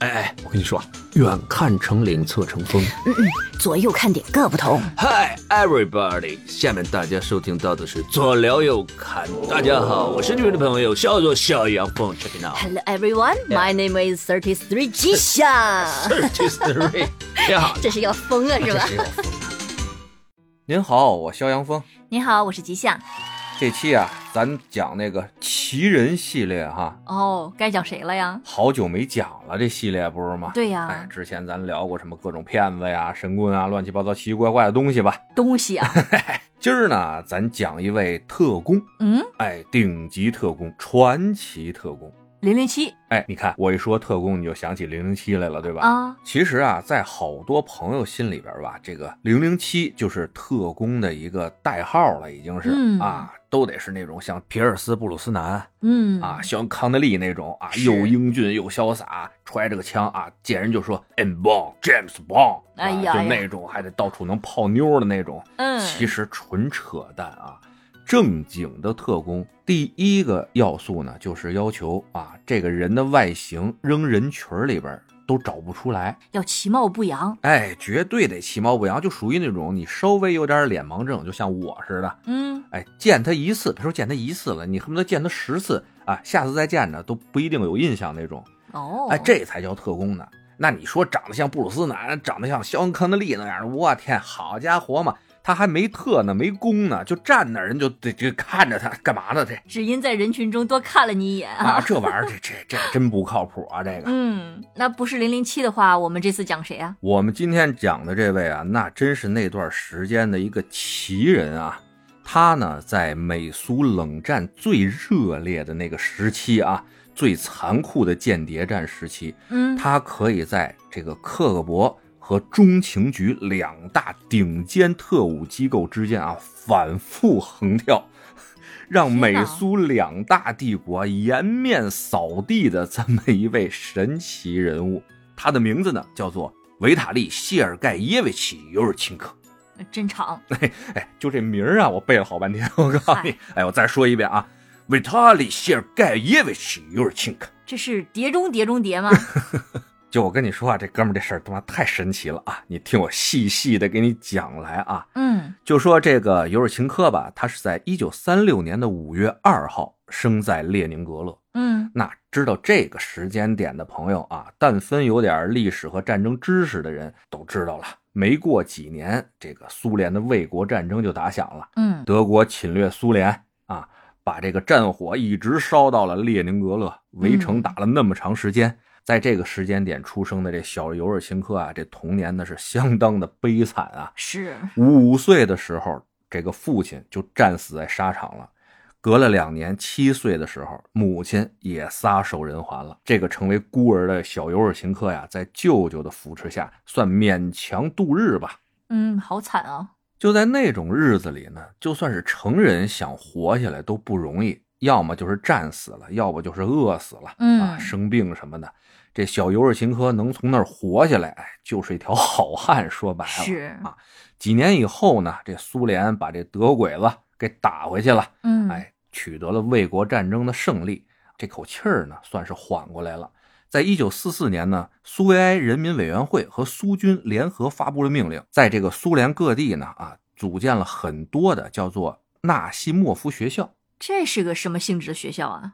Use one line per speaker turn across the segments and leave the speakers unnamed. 哎哎，我跟你说啊，远看成岭，侧成峰。
左右看点各不同。
Hi everybody，下面大家收听到的是左聊右侃。大家好，我是你们的朋友，叫做小杨凤 Check it out。
Hello everyone, my name is Thirty Three G 夏。
Thirty-three，你好，
这是要疯啊了是吧？
您好，我肖阳峰。
你好，我是吉夏。
这期啊，咱讲那个奇人系列哈，
哦，该讲谁了呀？
好久没讲了，这系列不是吗？
对啊呀
哎，之前咱聊过什么各种骗子呀、神棍啊、乱七八糟、奇奇怪怪的东西吧。
东西啊，
今儿呢，咱讲一位特工，
嗯，
哎，顶级特工，传奇特工。
零零七
哎，你看我一说特工，你就想起零零七来了，对吧？
啊，
其实啊，在好多朋友心里边吧，这个零零七就是特工的一个代号了，已经是、
嗯
啊，都得是那种像皮尔斯·布鲁斯南
嗯
啊、肖恩·康德利那种啊，
是
又英俊又潇洒，揣着个枪啊，见人就说 “M Bond James Bond”，、啊、
哎呀
就
哎呀
那种还得到处能泡妞的那种，
嗯，
其实纯扯淡啊。正经的特工，第一个要素呢，就是要求啊，这个人的外形扔人群里边都找不出来。
要其貌不扬，
哎，绝对得其貌不扬，就属于那种你稍微有点脸盲症，就像我似的。
嗯，
哎，见他一次，别说见他一次了，你恨不得见他十次啊，下次再见呢都不一定有印象那种。
哦，
哎，这才叫特工呢。那你说长得像布鲁斯南，长得像肖恩康德利那样的，我天，好家伙嘛，他还没特呢，没攻呢，就站那儿人就得就看着他干嘛呢？这
只因在人群中多看了你一眼
啊，这玩意儿这这这真不靠谱啊！这个，
嗯，那不是零零七的话，我们这次讲谁啊？
我们今天讲的这位啊，那真是那段时间的一个奇人啊。他呢，在美苏冷战最热烈的那个时期啊，最残酷的间谍战时期，
嗯，
他可以在这个克格勃和中情局两大顶尖特务机构之间啊反复横跳， 让
天哪
美苏两大帝国颜面扫地的这么一位神奇人物。他的名字呢叫做维塔利·谢尔盖耶维奇 ·尤尔钦科。
真长，
哎，就这名儿啊，我背了好半天。我告诉你
嗨，
哎，我再说一遍啊，维塔利·谢尔盖耶维奇 ·尤尔钦科。
这是碟中谍中谍吗？
就我跟你说啊，这哥们儿这事儿他妈太神奇了啊！你听我细细的给你讲来啊。
嗯，
就说这个尤尔琴科吧，他是在一九三六年的五月二号生在列宁格勒。
嗯，
那知道这个时间点的朋友啊，但分有点历史和战争知识的人都知道了。没过几年，这个苏联的卫国战争就打响了，
嗯，
德国侵略苏联啊，把这个战火一直烧到了列宁格勒，围城打了那么长时间。在这个时间点出生的这小尤尔琴科啊，这童年那是相当的悲惨啊。
是，
五岁的时候，这个父亲就战死在沙场了。隔了两年，七岁的时候，母亲也撒手人寰了。这个成为孤儿的小尤尔琴科呀，在舅舅的扶持下，算勉强度日吧。
嗯，好惨啊，
就在那种日子里呢，就算是成人想活下来都不容易，要么就是战死了，要不就是饿死了，
嗯
啊，生病什么的。这小尤尔琴科能从那儿活下来，哎，就是一条好汉。说白了，
是
啊。几年以后呢，这苏联把这德鬼子给打回去了，
嗯，
哎，取得了卫国战争的胜利，这口气儿呢算是缓过来了。在一九四四年呢，苏维埃人民委员会和苏军联合发布了命令，在这个苏联各地呢啊，组建了很多的叫做纳西莫夫学校。
这是个什么性质的学校啊？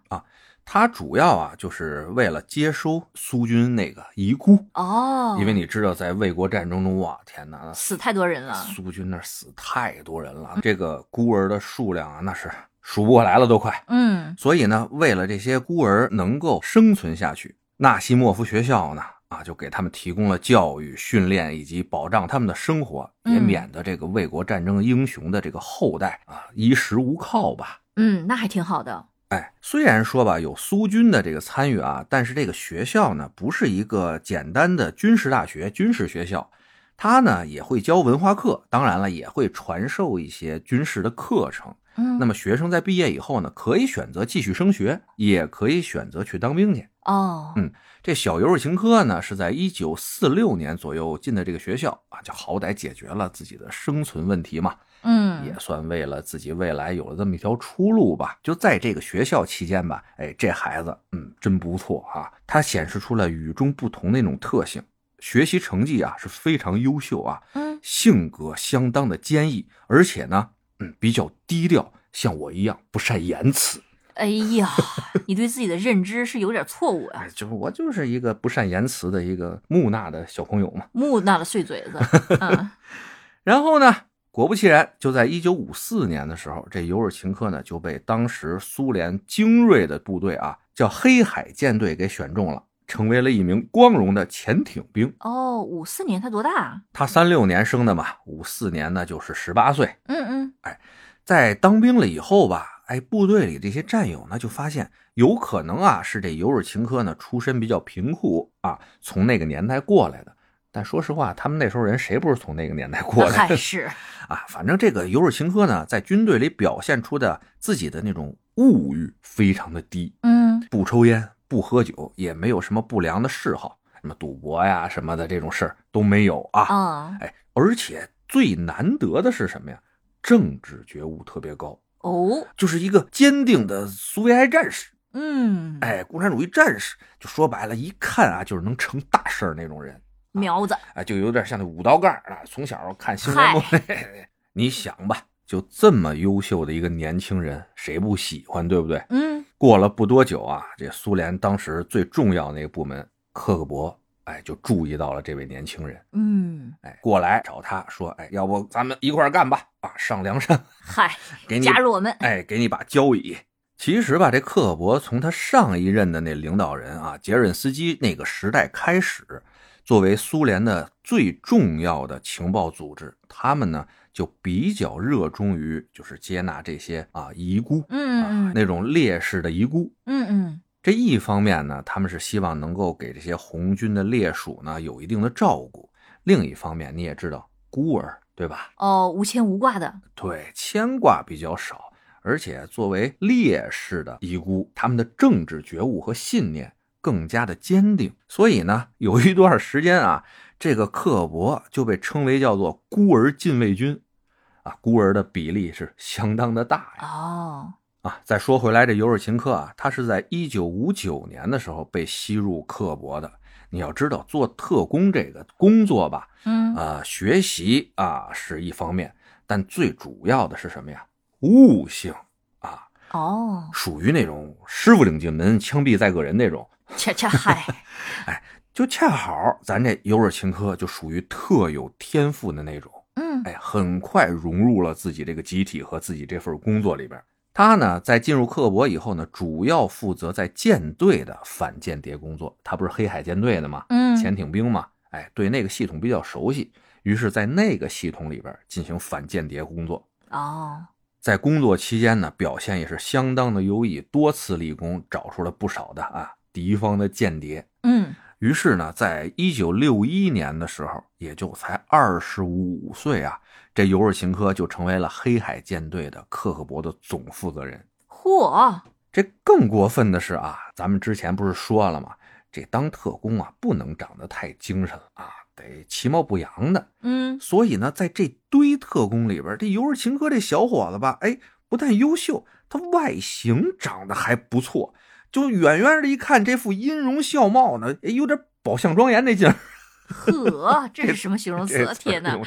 它主要啊就是为了接收苏军那个遗孤，
哦，
因为你知道，在卫国战争中，哇天哪，那
死太多人了，
苏军那儿死太多人了，啊这个孤儿的数量啊，那是数不过来了，都快。
嗯，
所以呢，为了这些孤儿能够生存下去，纳西莫夫学校呢，啊，就给他们提供了教育、训练以及保障他们的生活，
嗯
也免得这个卫国战争英雄的这个后代啊衣食无靠吧。
嗯，那还挺好的，
哎，虽然说吧有苏军的这个参与啊，但是这个学校呢不是一个简单的军事大学、军事学校，它呢也会教文化课，当然了也会传授一些军事的课程。
嗯，
那么学生在毕业以后呢，可以选择继续升学，也可以选择去当兵去。
哦，
嗯这小尤尔琴科呢，是在一九四六年左右进的这个学校啊，就好歹解决了自己的生存问题嘛，
嗯
也算为了自己未来有了这么一条出路吧。就在这个学校期间吧，哎，这孩子，嗯，真不错啊，他显示出了与众不同的那种特性，学习成绩啊是非常优秀啊，
嗯
性格相当的坚毅，而且呢，嗯，比较低调，像我一样不善言辞。
哎呀， 你对自己的认知是有点错误啊
哎，，就是我就是一个不善言辞的一个木讷的小朋友嘛。
木讷的碎 嘴子。嗯
然后呢，果不其然，就在一九五四年的时候，这尤尔琴科呢就被当时苏联精锐的部队啊，叫黑海舰队给选中了，成为了一名光荣的潜艇兵。
哦，五四年他多大啊？
他三六年生的嘛，五四年呢就是十八岁。
嗯嗯，
在当兵了以后吧，哎，部队里这些战友呢就发现，有可能啊是这尤尔琴科呢出身比较贫苦啊，从那个年代过来的。但说实话，他们那时候人谁不是从那个年代过来
嗨
的？
是，
啊，反正这个尤尔琴科呢，在军队里表现出的自己的那种物欲非常的低，
嗯
不抽烟，不喝酒，也没有什么不良的嗜好，什么赌博呀什么的这种事儿都没有啊。
啊
哎，而且最难得的是什么呀？政治觉悟特别高，
哦，
就是一个坚定的苏维埃战士，
嗯，
哎，共产主义战士，就说白了，一看啊就是能成大事儿那种人。
苗子，
啊，就有点像那五道杠啊。从小看新闻部队，你想吧，就这么优秀的一个年轻人，谁不喜欢，对不对？
嗯
过了不多久啊，这苏联当时最重要的那个部门克格勃，哎，就注意到了这位年轻人，
嗯，
哎，过来找他说，哎，要不咱们一块儿干吧？啊，上梁山，
嗨，
给你
加入我们，
哎，给你把交椅。其实吧，这克格勃从他上一任的那领导人啊，杰任斯基那个时代开始，作为苏联的最重要的情报组织，他们呢就比较热衷于就是接纳这些啊遗孤，啊
嗯嗯
那种烈士的遗孤。
嗯嗯
这一方面呢，他们是希望能够给这些红军的烈属呢有一定的照顾；另一方面，你也知道孤儿对吧？
哦，无牵无挂的，
对，牵挂比较少，而且作为烈士的遗孤，他们的政治觉悟和信念更加的坚定。所以呢，有一段时间啊，这个克勃就被称为叫做孤儿禁卫军，啊，孤儿的比例是相当的大呀。
哦，
啊，再说回来，这尤尔琴科啊，他是在一九五九年的时候被吸入克勃的。你要知道，做特工这个工作吧，
嗯
啊、学习啊是一方面，但最主要的是什么呀？悟性啊，
哦，
属于那种师傅领进门，枪毙在个人那种。
恰恰 嗨，
就恰好咱这尤尔琴科就属于特有天赋的那种，
嗯
哎，很快融入了自己这个集体和自己这份工作里边。他呢，在进入克勃以后呢，主要负责在舰队的反间谍工作。他不是黑海舰队的吗？
嗯，
潜艇兵嘛，哎，对那个系统比较熟悉，于是，在那个系统里边进行反间谍工作。
哦，
在工作期间呢，表现也是相当的优异，多次立功，找出了不少的啊敌方的间谍。
嗯
于是呢，在一九六一年的时候，也就才二十五岁啊，这尤尔琴科就成为了黑海舰队的克格勃的总负责人。
嚯，
这更过分的是啊，咱们之前不是说了吗？这当特工啊，不能长得太精神啊，得其貌不扬的。
嗯
所以呢，在这堆特工里边，这尤尔琴科这小伙子吧，哎，不但优秀，他外形长得还不错，就远远的一看，这副音容笑貌呢，哎，有点宝相庄严那劲儿。
呵，这是什么形容
这
词？
词儿
天哪
用！！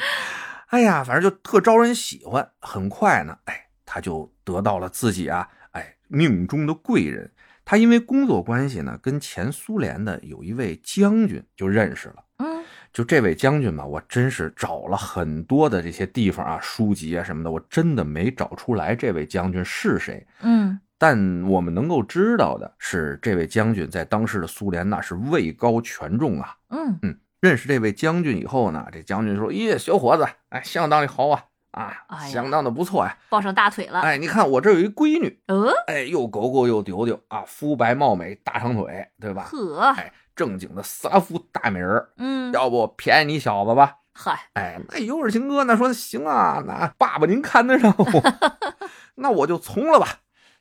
哎呀，反正就特招人喜欢。很快呢，哎，他就得到了自己啊，哎，命中的贵人。他因为工作关系呢，跟前苏联的有一位将军就认识了。
嗯
就这位将军吧，我真是找了很多的这些地方啊、书籍啊什么的，我真的没找出来这位将军是谁。
嗯，
但我们能够知道的是，这位将军在当时的苏联那是位高权重啊，
嗯
嗯，认识这位将军以后呢，这将军说：“咦，小伙子，哎，相当的好啊，啊，
哎呀
相当的不错呀、
抱上大腿了。
哎，你看我这有一闺女，
呃，
哎，又狗狗又丢丢啊，肤白貌美，大长腿，对吧？
呵，
哎，正经的萨夫大美人儿，
嗯，
要不便宜你小子吧？
嗨，
哎，那尤尔琴哥呢说行啊，那爸爸您看得上我， 那我就从了吧。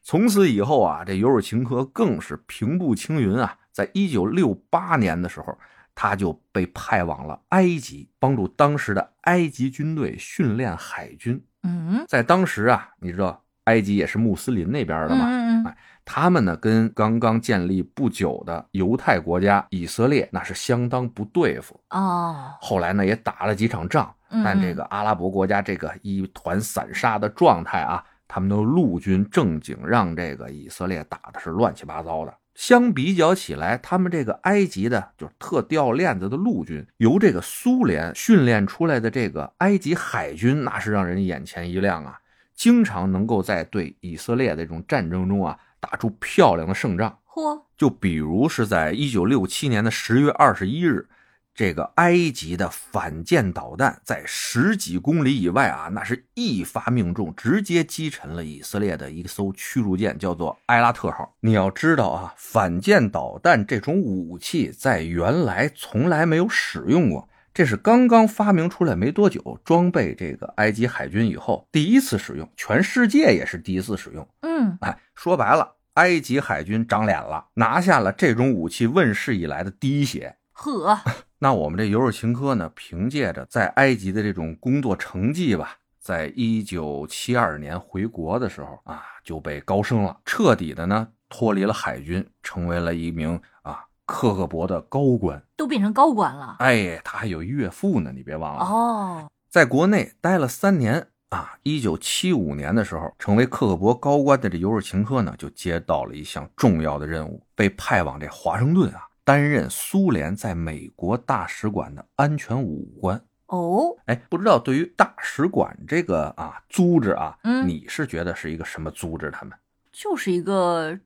从此以后啊，这尤尔琴科更是平步青云啊，在一九六八年的时候，他就被派往了埃及，帮助当时的埃及军队训练海军。
嗯
在当时啊，你知道埃及也是穆斯林那边的嘛，
嗯嗯
哎他们呢跟刚刚建立不久的犹太国家以色列那是相当不对付。
嗯哦，
后来呢也打了几场仗，
嗯
但这个阿拉伯国家这个一团散沙的状态啊，他们的陆军正经让这个以色列打的是乱七八糟的。相比较起来，他们这个埃及的就是特掉链子的陆军，由这个苏联训练出来的这个埃及海军，那是让人眼前一亮啊！经常能够在对以色列的这种战争中啊，打出漂亮的胜仗。
嚯，
就比如是在一九六七年的十月二十一日，这个埃及的反舰导弹在十几公里以外啊，那是一发命中，直接击沉了以色列的一艘驱逐舰，叫做埃拉特号。你要知道啊，反舰导弹这种武器在原来从来没有使用过。这是刚刚发明出来没多久，装备这个埃及海军以后第一次使用，全世界也是第一次使用。
嗯
哎，说白了，埃及海军长脸了，拿下了这种武器问世以来的第一血。
呵，
那我们这尤尔琴科呢，凭借着在埃及的这种工作成绩吧，在一九七二年回国的时候啊，就被高升了，彻底的呢脱离了海军，成为了一名啊克格勃的高官。
都变成高管 了
哎，他还有岳父呢，你别忘了。
哦，
在国内待了三年啊，一九七五年的时候，成为克格勃高官的这尤尔琴科呢，就接到了一项重要的任务，被派往这华盛顿啊，担任苏联在美国大使馆的安全武官。
哦，
哎，不知道对于大使馆这个啊组织啊，
嗯
你是觉得是一个什么组织？他们
就是一个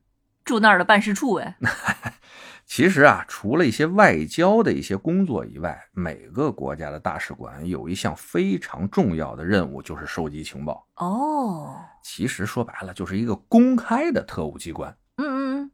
住那儿的办事处哎，
其实啊，除了一些外交的一些工作以外，每个国家的大使馆有一项非常重要的任务，就是收集情报。
哦，
其实说白了就是一个公开的特务机关。
嗯嗯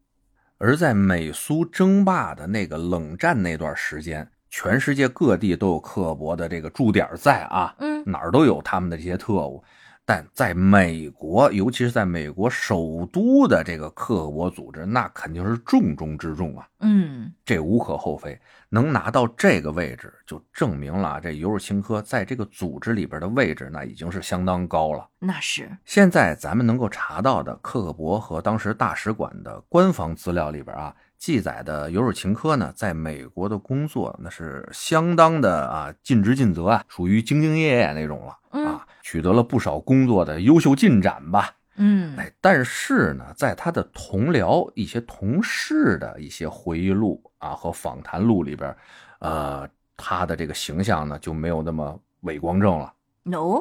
而在美苏争霸的那个冷战那段时间，全世界各地都有克勃的这个驻点在啊，
嗯嗯，
哪儿都有他们的这些特务。但在美国，尤其是在美国首都的这个克勃组织，那肯定是重中之重啊，
嗯，
这无可厚非。能拿到这个位置，就证明了啊，这尤尔钦科在这个组织里边的位置，那已经是相当高了。
那是，
现在咱们能够查到的克格勃和当时大使馆的官方资料里边啊，记载的尤尔琴科呢，在美国的工作那是相当的啊，尽职尽责啊，属于兢兢业业那种了
嗯
啊，取得了不少工作的优秀进展吧。
嗯
哎，但是呢，在他的同僚、一些同事的一些回忆录啊和访谈录里边，呃，他的这个形象呢就没有那么伟光正了。
，no，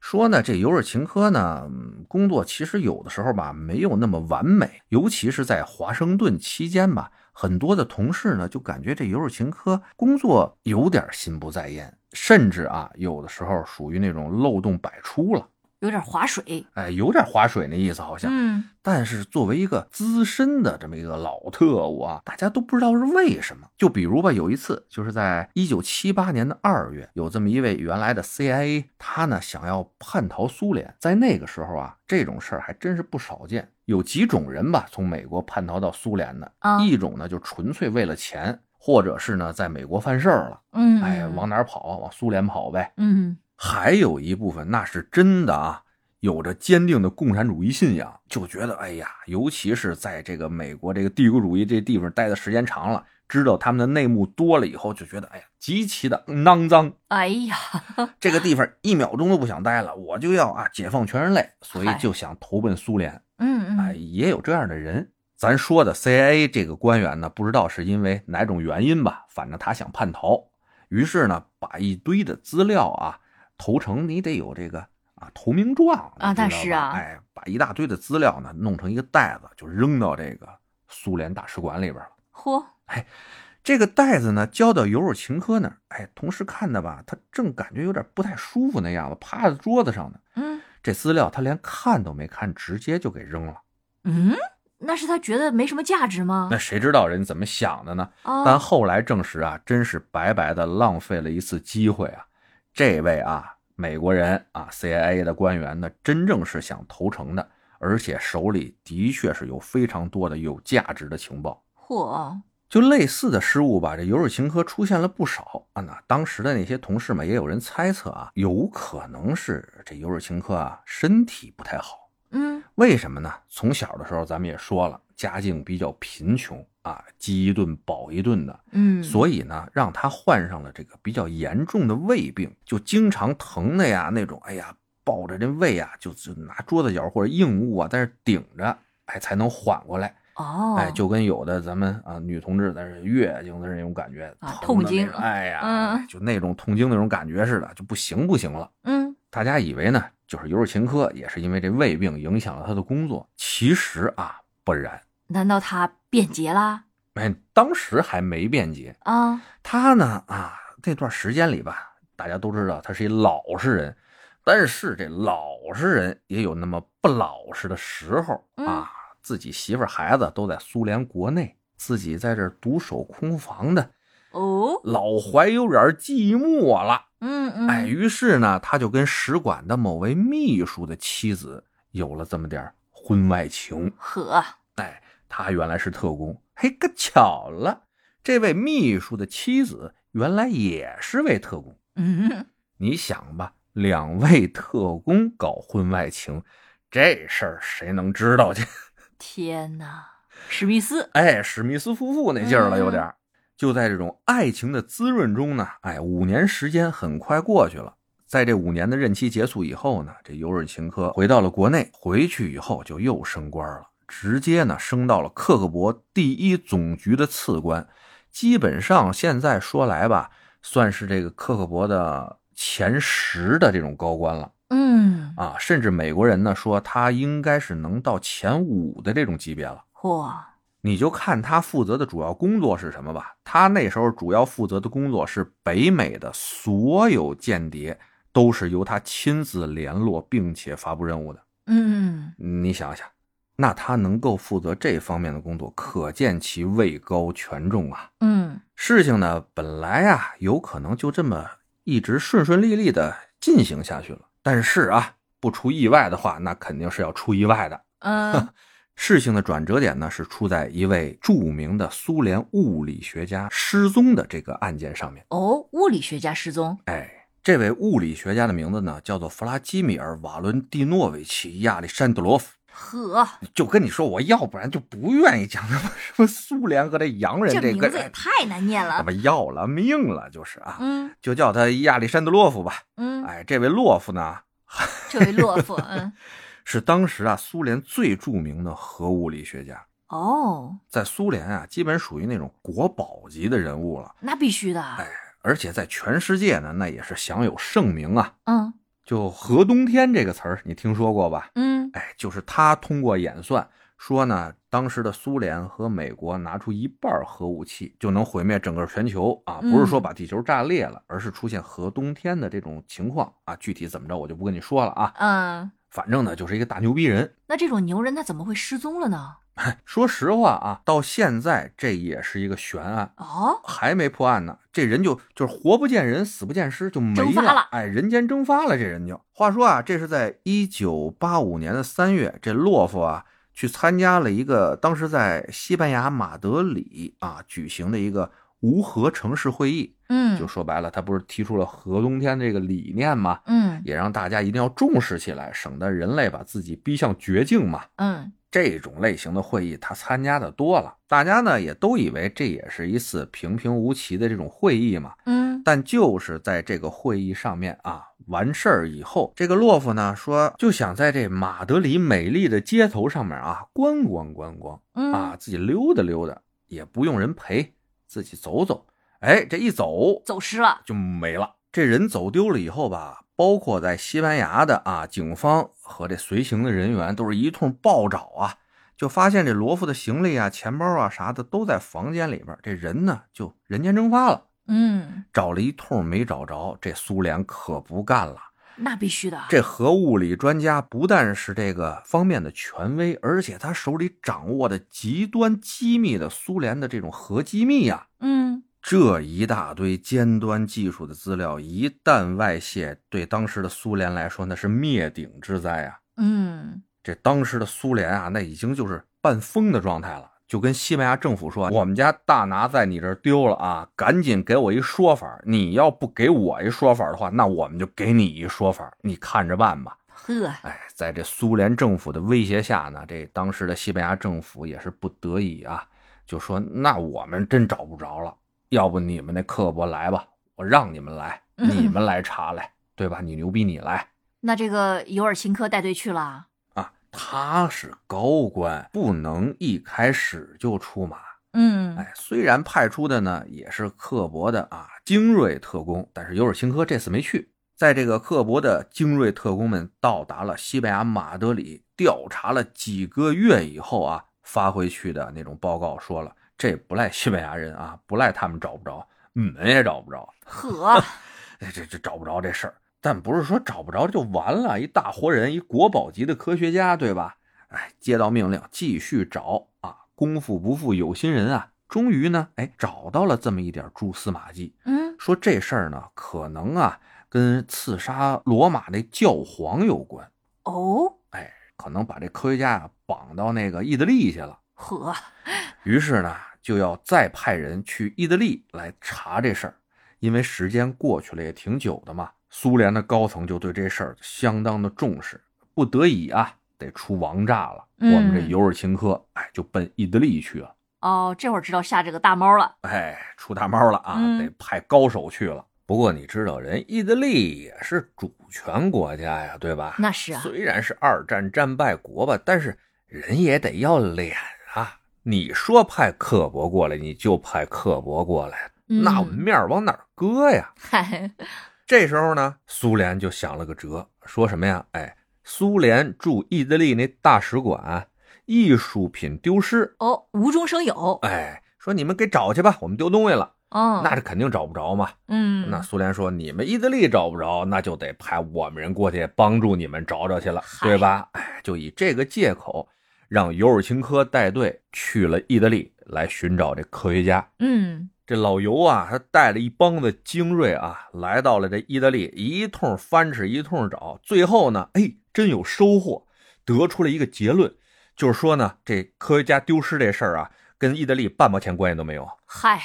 说呢，这尤尔琴科呢，嗯工作其实有的时候吧，没有那么完美，尤其是在华盛顿期间吧，很多的同事呢就感觉这尤尔琴科工作有点心不在焉，甚至啊，有的时候属于那种漏洞百出了，
有点划水，
哎，有点划水那意思好像。
嗯
但是作为一个资深的这么一个老特务啊，大家都不知道是为什么。就比如吧，有一次就是在一九七八年的二月，有这么一位原来的 CIA，他呢想要叛逃苏联，在那个时候啊，这种事儿还真是不少见。有几种人吧，从美国叛逃到苏联的，
啊
一种呢就纯粹为了钱，或者是呢在美国犯事儿了，
嗯，
哎，往哪儿跑啊？往苏联跑呗。
嗯
还有一部分那是真的啊，有着坚定的共产主义信仰，就觉得哎呀，尤其是在这个美国这个帝国主义这地方待的时间长了，知道他们的内幕多了以后，就觉得哎呀，极其的肮脏，
哎呀，
这个地方一秒钟都不想待了，我就要啊解放全人类，所以
嗨
就想投奔苏联。
嗯
哎，
嗯，
也有这样的人。咱说的 CIA 这个官员呢，不知道是因为哪种原因吧，反正他想叛逃，于是呢，把一堆的资料啊，投诚你得有这个啊投名状
啊那
你知道吧
是啊
哎，把一大堆的资料呢弄成一个袋子，就扔到这个苏联大使馆里边了。
嚯，
这个袋子呢交到尤尔琴科那儿，哎，同事看的吧，他正感觉有点不太舒服那样子，趴在桌子上呢，
嗯
这资料他连看都没看，直接就给扔了。
嗯，那是他觉得没什么价值吗
那？谁知道人怎么想的呢？但
啊，
后来证实啊，真是白白的浪费了一次机会啊！这位啊，美国人啊，CIA 的官员呢，真正是想投诚的，而且手里的确是有非常多的有价值的情报。
嚯，
就类似的失误吧，这尤尔琴科出现了不少啊。那当时的那些同事们也有人猜测啊，有可能是这尤尔琴科啊身体不太好。
嗯，
为什么呢？从小的时候咱们也说了，家境比较贫穷啊，饥一顿饱一顿的，
嗯，
所以呢，让他患上了这个比较严重的胃病，就经常疼的呀，那种哎呀，抱着这胃啊，就就拿桌子角或者硬物啊，但是顶着，哎，才能缓过来。
哦，
哎，就跟有的咱们啊女同志在这月经的那种感觉，
啊
疼的
痛经
那种哎呀，
嗯
就那种痛经那种感觉似的，就不行不行了。
嗯
大家以为呢，就是尤尔琴科也是因为这胃病影响了他的工作，其实啊不然，
难道他便捷啦？
哎，当时还没辩解，
啊，
他呢啊那段时间里吧，大家都知道他是一老实人，但是这老实人也有那么不老实的时候
嗯
啊。自己媳妇儿孩子都在苏联国内，自己在这儿独守空房的，
哦，
老怀有点寂寞了。
嗯嗯，
哎，于是呢，他就跟使馆的某位秘书的妻子有了这么点儿婚外情。
呵，
他原来是特工，嘿，可巧了，这位秘书的妻子原来也是位特工。
嗯，
你想吧，两位特工搞婚外情，这事儿谁能知道去？
天哪，史密斯，
哎，史密斯夫妇那劲儿了，
嗯
有点儿。就在这种爱情的滋润中呢，哎，五年时间很快过去了。在这五年的任期结束以后呢，这尤尔琴科回到了国内，回去以后就又升官了，直接呢升到了克格勃第一总局的次官，基本上现在说来吧，算是这个克格勃的前十的这种高官了
嗯，
啊，甚至美国人呢说他应该是能到前五的这种级别了。
嚯，
你就看他负责的主要工作是什么吧。他那时候主要负责的工作是北美的所有间谍都是由他亲自联络并且发布任务的。
嗯，
你想想，那他能够负责这方面的工作，可见其位高权重啊。
嗯，
事情呢，本来啊有可能就这么一直顺顺利利的进行下去了，但是啊，不出意外的话，那肯定是要出意外的。
嗯，
事情的转折点呢，是出在一位著名的苏联物理学家失踪的这个案件上面。
哦，物理学家失踪，
哎，这位物理学家的名字呢，叫做弗拉基米尔·瓦伦蒂诺维奇·亚历山德罗夫。
呵，
就跟你说，我要不然就不愿意讲什么什么苏联和这洋人
这
这
名
个，
字也太难念
怎
了。
么要了命了，就是啊，
嗯
就叫他亚历山德洛夫吧。
嗯，
哎，这位洛夫呢，
这位洛夫，嗯，
是当时啊苏联最著名的核物理学家，
哦，
在苏联啊基本属于那种国宝级的人物了。
那必须的。
哎而且在全世界呢，那也是享有盛名啊。
嗯
就核冬天这个词儿，你听说过吧？
嗯，
哎，就是他通过演算说呢，当时的苏联和美国拿出一半儿核武器就能毁灭整个全球啊，
嗯
不是说把地球炸裂了，而是出现核冬天的这种情况啊。具体怎么着我就不跟你说了啊，
嗯，
反正呢就是一个大牛逼人。
那这种牛人他怎么会失踪了呢？
说实话啊，到现在这也是一个悬案，
哦，
还没破案呢，这人就就是活不见人，死不见尸，就没
蒸发了
哎，人间蒸发了，这人就。话说啊，这是在一九八五年的三月，这洛夫啊去参加了一个当时在西班牙马德里啊举行的一个无核城市会议，
嗯，
就说白了，他不是提出了核冬天这个理念吗？
嗯
也让大家一定要重视起来，省得人类把自己逼向绝境嘛。
嗯
这种类型的会议，他参加的多了，大家呢也都以为这也是一次平平无奇的这种会议嘛。
嗯，
但就是在这个会议上面啊，完事儿以后，这个洛夫呢说就想在这马德里美丽的街头上面啊观光观光
嗯
啊，，自己溜达溜达，也不用人陪，自己走走。哎，这一走
走失了。
就没了。这人走丢了以后吧，包括在西班牙的啊，警方和这随行的人员都是一通暴找啊，就发现这罗夫的行李啊、钱包啊啥的都在房间里边，这人呢就人间蒸发了。
嗯，
找了一通没找着，这苏联可不干了。
那必须的。
这核物理专家不但是这个方面的权威，而且他手里掌握的极端机密的苏联的这种核机密啊呀、
嗯
这一大堆尖端技术的资料一旦外泄，对当时的苏联来说那是灭顶之灾啊！
嗯，
这当时的苏联啊，那已经就是半疯的状态了，就跟西班牙政府说：“我们家大拿在你这儿丢了啊，赶紧给我一说法儿。你要不给我一说法儿的话，那我们就给你一说法儿，你看着办吧。”
呵，
哎，在这苏联政府的威胁下呢，这当时的西班牙政府也是不得已啊，就说：“那我们真找不着了，要不你们那刻薄来吧，我让你们来，
嗯
你们来查来，对吧？你牛逼，你来。”
那这个尤尔钦科带队去了，
啊，他是高官，不能一开始就出马。
嗯，
哎，虽然派出的呢也是刻薄的啊精锐特工，但是尤尔钦科这次没去。在这个刻薄的精锐特工们到达了西班牙马德里，调查了几个月以后啊，发回去的那种报告说了，这不赖西班牙人啊，不赖他们找不着，你们也找不着。
呵，
哎，这这找不着这事儿，但不是说找不着就完了，一大活人，一国宝级的科学家，对吧？哎，接到命令继续找啊，功夫不负有心人啊，终于呢，哎，找到了这么一点蛛丝马迹，
嗯，
说这事儿呢，可能啊跟刺杀罗马那教皇有关，哎
哦，
可能把这科学家啊绑到那个意大利去了，
呵，
于是呢，就要再派人去意大利来查这事儿，因为时间过去了也挺久的嘛，苏联的高层就对这事儿相当的重视，不得已啊，得出王炸了。
嗯
我们这尤尔钦科，哎，就奔意大利去了，
哦，这会儿知道下这个大猫了，
哎，出大猫了啊，
嗯
得派高手去了。不过你知道，人意大利也是主权国家呀，对吧？
那是啊，
虽然是二战战败国吧，但是人也得要脸啊！你说派刻薄过来，你就派刻薄过来，那我们
嗯
面儿往哪儿搁呀？
嗨，
这时候呢，苏联就想了个辙，说什么呀？哎，苏联驻意大利那大使馆艺术品丢失，
哦，无中生有，
哎，说你们给找去吧，我们丢东西了，
嗯，
那这肯定找不着嘛。
嗯，
那苏联说：“你们意大利找不着，那就得派我们人过去帮助你们找找去了，
嗨
对吧？”哎，就以这个借口，让尤尔钦科带队去了意大利来寻找这科学家。
嗯，
这老尤啊，他带了一帮子精锐啊，来到了这意大利，一通翻吃，一通找，最后呢，哎，真有收获，得出了一个结论，就是说呢，这科学家丢失这事儿啊，跟意大利半毛钱关系都没有，
嗨，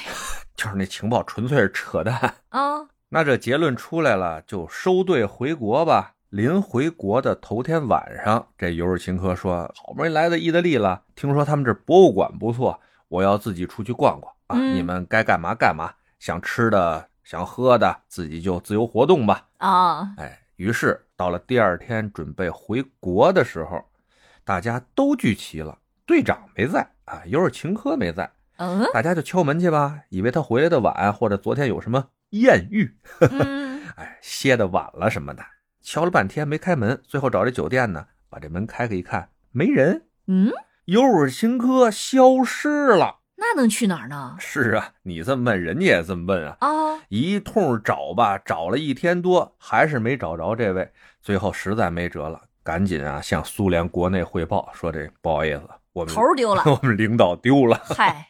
就是那情报纯粹是扯淡。
啊，
那这结论出来了，就收队回国吧。临回国的头天晚上，这尤尔琴科说：“好不容易来到意大利了，听说他们这博物馆不错，我要自己出去逛逛啊！
嗯
你们该干嘛干嘛，想吃的、想喝的，自己就自由活动吧。”
啊，
哎，于是到了第二天准备回国的时候，大家都聚齐了，队长没在啊，尤尔琴科没在，
嗯
大家就敲门去吧，以为他回来的晚，或者昨天有什么艳遇。
嗯，
哎，歇的晚了什么的，敲了半天没开门，最后找这酒店呢，把这门开开一看，没人，
嗯，
尤尔钦科消失了。
那能去哪儿呢？
是啊，你这么问，人家也这么问啊，
啊，
一通找吧，找了一天多，还是没找着这位，最后实在没辙了，赶紧啊向苏联国内汇报，说这不好意思，我们
头儿丢了，
我们领导丢了。
嗨，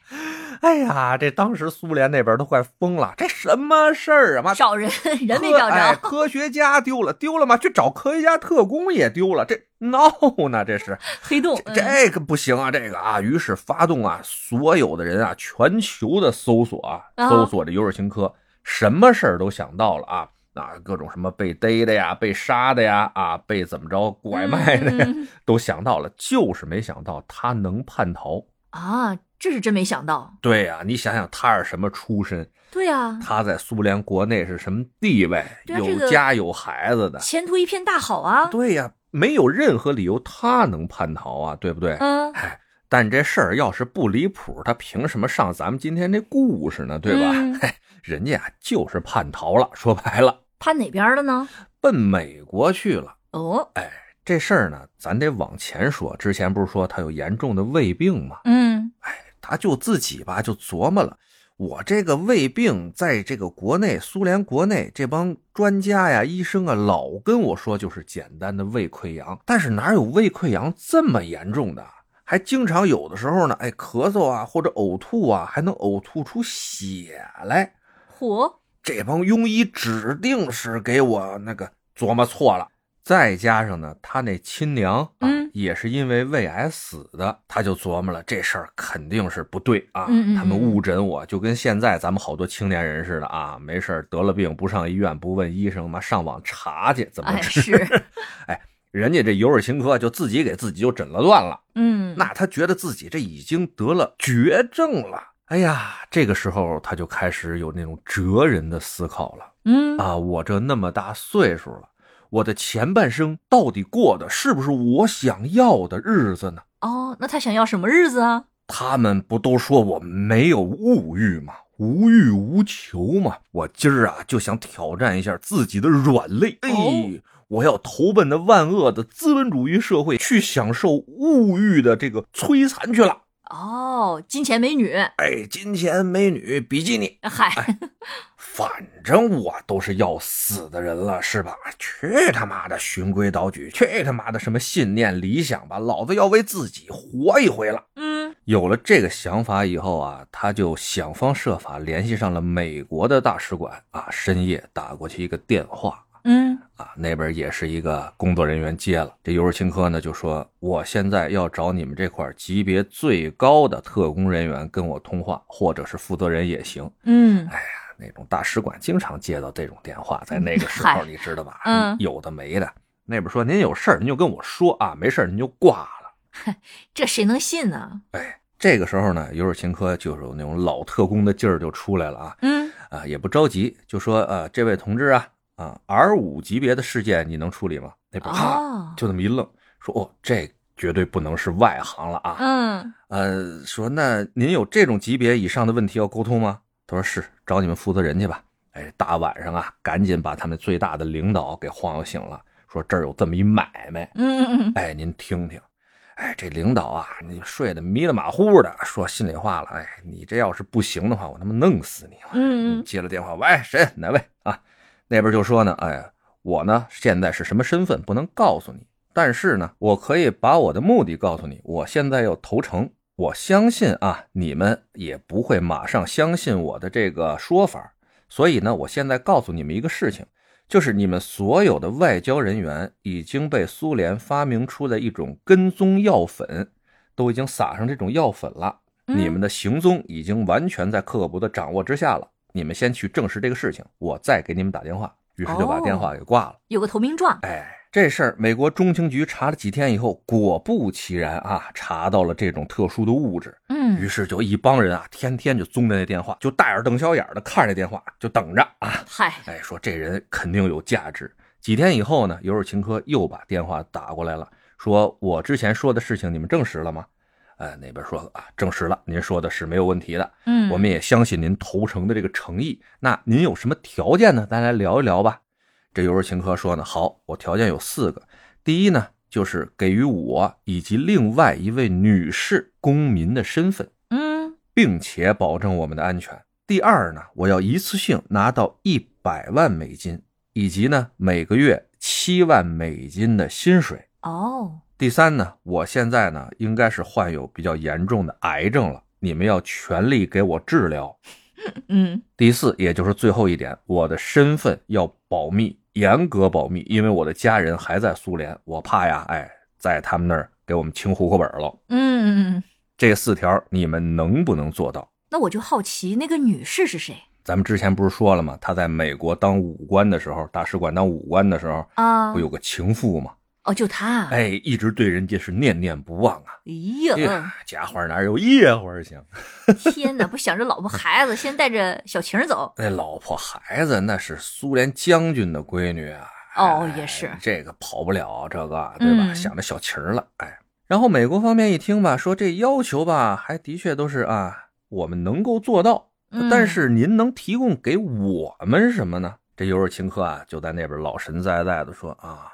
哎呀，这当时苏联那边都快疯了，这什么事儿啊？妈，
找人 人没
科
找
哎
着，
科学家丢了，丢了吗？去找科学家特工也丢了，这闹呢？这是
黑洞，嗯
这个不行啊，这个啊，于是发动啊，所有的人啊，全球的搜索啊，
啊
搜索这尤尔钦科，什么事儿都想到了啊。啊，各种什么被逮的呀，被杀的呀，啊，被怎么着拐卖的呀，
嗯嗯嗯
都想到了，就是没想到他能叛逃。
啊，这是真没想到，
对呀、你想想他是什么出身，
对啊呀，
他在苏联国内是什么地位，
对啊这
有
个
家有孩子的，
前途一片大好啊，
对呀、没有任何理由他能叛逃啊，对不对？
嗯，
但这事儿要是不离谱，他凭什么上咱们今天这故事呢？对吧？
嗯
嘿，人家啊就是叛逃了，说白了，
他哪边儿的呢？
奔美国去了。
哦，
这事儿呢，咱得往前说。之前不是说他有严重的胃病吗？
嗯，
他就自己吧，就琢磨了，我这个胃病在这个国内，苏联国内这帮专家呀、医生啊，老跟我说就是简单的胃溃疡，但是哪有胃溃疡这么严重的啊？还经常有的时候呢，哎，咳嗽啊或者呕吐啊，还能呕吐出血来。
火，
这帮庸医指定是给我那个琢磨错了，再加上呢，他那亲娘啊，
嗯
也是因为胃癌死的，他就琢磨了这事儿肯定是不对啊，
嗯嗯嗯
他们误诊我，就跟现在咱们好多青年人似的啊，没事儿得了病不上医院不问医生，妈上网查去怎么
哎
治，
是，
人家这尤尔琴科就自己给自己就诊了断了，
嗯，
那他觉得自己这已经得了绝症了。哎呀，这个时候他就开始有那种哲人的思考了。
嗯
啊，我这那么大岁数了，我的前半生到底过的是不是我想要的日子呢？
哦，那他想要什么日子啊？
他们不都说我没有物欲吗？无欲无求嘛。我今儿啊就想挑战一下自己的软肋，哎，
哦
我要投奔那万恶的资本主义社会，去享受物欲的这个摧残去了。
哦，金钱美女，
哎，金钱、美女、比基尼，
嗨，
哎反正我都是要死的人了，是吧？去他妈的循规蹈矩，去他妈的什么信念理想吧，老子要为自己活一回了。
嗯，
有了这个想法以后啊，他就想方设法联系上了美国的大使馆啊，深夜打过去一个电话
嗯，
啊，那边也是一个工作人员接了。这尤尔钦科呢就说：“我现在要找你们这块级别最高的特工人员跟我通话，或者是负责人也行。”
嗯，
哎那种大使馆经常接到这种电话，在那个时
嗨
候，你知道吧？
嗯
有的没的。那边说您有事儿您就跟我说啊，没事儿您就挂了。
这谁能信呢？
哎，这个时候呢，尤尔琴科就是有那种老特工的劲儿就出来了啊
嗯，
啊，也不着急，就说呃，这位同志啊啊，R 五级别的事件你能处理吗？那边哈、
哦，
就那么一愣，说哦，这绝对不能是外行了啊。
嗯，
呃，说那您有这种级别以上的问题要沟通吗？他说是，找你们负责人去吧。哎，大晚上啊，赶紧把他们最大的领导给晃悠醒了，说这儿有这么一买卖，
嗯嗯嗯，
哎，您听听。哎，这领导啊，你睡得迷了马虎的，说心里话了，哎，你这要是不行的话，我他妈弄死你！
嗯嗯
接了电话，喂，谁？哪位啊？那边就说呢，哎，我呢现在是什么身份不能告诉你，但是呢，我可以把我的目的告诉你。我现在要投诚，我相信啊，你们也不会马上相信我的这个说法，所以呢，我现在告诉你们一个事情。就是你们所有的外交人员已经被苏联发明出的一种跟踪药粉，都已经撒上这种药粉了。
嗯，
你们的行踪已经完全在克格勃的掌握之下了。你们先去证实这个事情，我再给你们打电话。于是就把
哦
电话给挂了。
有个投名状，
哎，这事儿美国中情局查了几天以后，果不其然啊，查到了这种特殊的物质。于
嗯，
是就一帮人啊，天天就踪着那电话，就大眼瞪小眼的看着那电话，就等着啊。
嗨，
哎，说这人肯定有价值。几天以后呢，尤尔琴科又把电话打过来了，说我之前说的事情你们证实了吗？呃，那边说啊，证实了，您说的是没有问题的，
嗯，
我们也相信您投诚的这个诚意。那您有什么条件呢？咱来聊一聊吧。这尤尔琴科说呢，好，我条件有四个。第一呢，就是给予我以及另外一位女士公民的身份。
嗯，
并且保证我们的安全。第二呢，我要一次性拿到一百万美金，以及呢每个月七万美金的薪水。
哦，
第三呢，我现在呢应该是患有比较严重的癌症了，你们要全力给我治疗。
嗯，
第四，也就是最后一点，我的身份要保密，严格保密，因为我的家人还在苏联，我怕呀，哎，在他们那儿给我们清户口本了。
嗯嗯嗯，
这四条你们能不能做到？
那我就好奇那个女士是谁
咱们之前不是说了吗？他在美国当武官的时候，大使馆当武官的时候，
啊
不？有个情妇吗？
哦，就她，
啊
哎，一直对人家是念念不忘啊。
哎
嗯
哎
呀
呀，，家花哪有夜花香？
天哪，不想着老婆孩子，先带着小情人走，
那老婆孩子那是苏联将军的闺女啊。
哦
哎
也是
这个跑不了，这个对吧？
嗯
想着小情儿了，哎。然后美国方面一听吧，说这要求吧，还的确都是啊，我们能够做到，
嗯
但是您能提供给我们什么呢？这尤尔琴科啊，就在那边老神在在的说啊，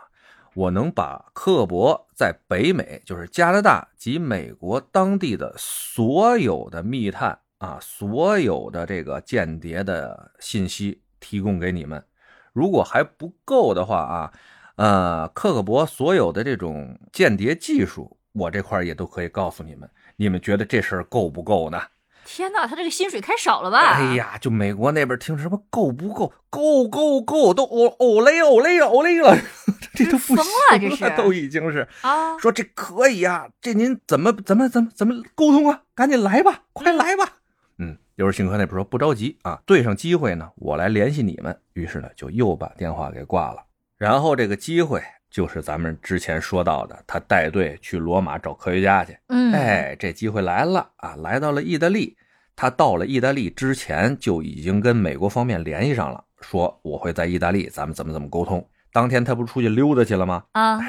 我能把克勃在北美，就是加拿大及美国当地的所有的密探啊，所有的这个间谍的信息提供给你们。如果还不够的话啊，呃，克格勃所有的这种间谍技术，我这块儿也都可以告诉你们。你们觉得这事儿够不够呢？
天哪，他这个薪水开少了吧？
哎，呀，就美国那边听什么够不够，够够够，都哦哦嘞哦嘞哦嘞了， 这都不行
疯了这是
都已经是
啊，
说这可以啊，这您怎么怎么怎么怎么沟通啊？赶紧来吧，快来吧。嗯，刘世新科那边说不着急啊，对上机会呢，我来联系你们。于是呢，就又把电话给挂了。然后这个机会就是咱们之前说到的，他带队去罗马找科学家去。
嗯，
哎，这机会来了啊！来到了意大利，他到了意大利之前就已经跟美国方面联系上了，说我会在意大利，咱们怎么怎么沟通。当天他不是出去溜达去了吗？
啊，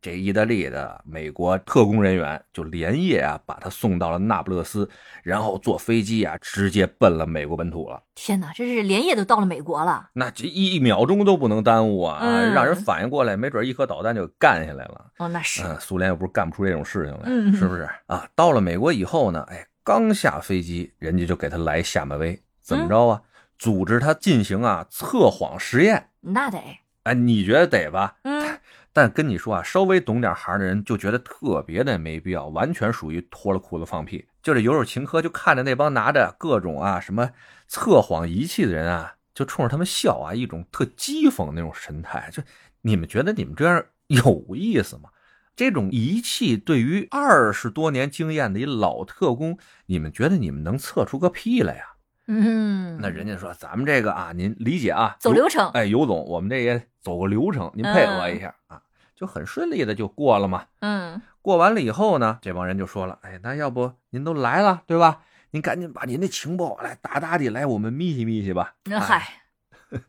这意大利的美国特工人员就连夜啊把他送到了那不勒斯，然后坐飞机啊直接奔了美国本土了。
天哪，这是连夜都到了美国了。
那这一秒钟都不能耽误啊！
嗯
让人反应过来，没准一颗导弹就干下来了。
哦，那是，
嗯，苏联又不是干不出这种事情来，
嗯
是不是啊？到了美国以后呢，哎，刚下飞机，人家就给他来下马威，怎么着啊？组织他进行啊测谎实验，
那得，
哎，你觉得得吧？
嗯，
但跟你说啊，稍微懂点行的人就觉得特别的没必要，完全属于脱了裤子放屁。就这游手秦科，就看着那帮拿着各种啊什么测谎仪器的人啊，就冲着他们笑啊，一种特讥讽那种神态。就你们觉得你们这样有意思吗？这种仪器对于二十多年经验的一老特工，你们觉得你们能测出个屁来呀、
嗯，
那人家说咱们这个啊，您理解啊，
走
有
流程
哎，尤总，我们这也走个流程，您配合一下、啊，就很顺利的就过了嘛。
嗯，
过完了以后呢，这帮人就说了，哎，那要不您都来了，对吧？您赶紧把您的情报来打打底，来我们密集密集吧。
那
哎
嗨，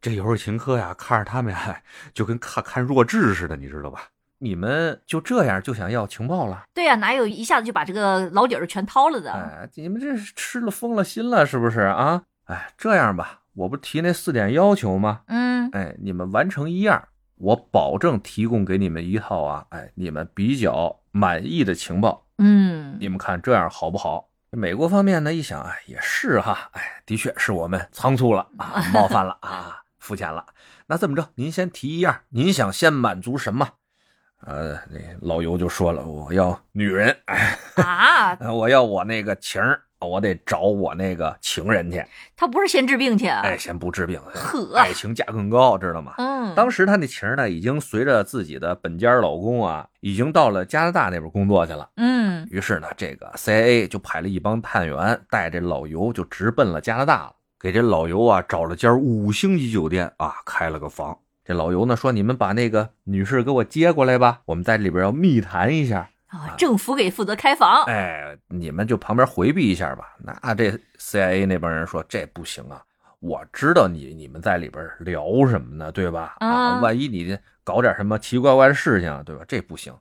这游戏秦科呀，看着他们呀，就跟看看弱智似的，你知道吧？你们就这样就想要情报了？
对呀，啊哪有一下子就把这个老底儿全掏
啊
了的？
哎，你们这是吃了疯了心了是不是啊？哎，这样吧，我不提那四点要求吗？
嗯，
哎，你们完成一样，我保证提供给你们一套啊，哎，你们比较满意的情报，
嗯，
你们看这样好不好？美国方面呢一想，哎，也是哈，哎，的确是我们仓促了啊，冒犯了啊，肤浅了。那这么着，您先提一样，您想先满足什么？呃，那老尤就说了，我要女人，哎，
啊，
我要我那个情儿，我得找我那个情人去，
他不是先治病去啊？
哎，先不治病，
啊
呵
爱情价更高，知道吗？
嗯，
当时她那情儿呢，已经随着自己的本家老公啊，已经到了加拿大那边工作去了。
嗯
于是呢，这个 CIA 就派了一帮探员，带着老尤就直奔了加拿大了，给这老尤啊找了间五星级酒店啊，开了个房。这老尤呢说：“你们把那个女士给我接过来吧，我们在里边要密谈一下。
啊，政府给负责开房，
哎，你们就旁边回避一下吧。”那这 CIA 那帮人说：“这不行啊，我知道你你们在里边聊什么呢，对吧？啊，
啊
万一你搞点什么奇奇怪怪的事情，对吧？这不行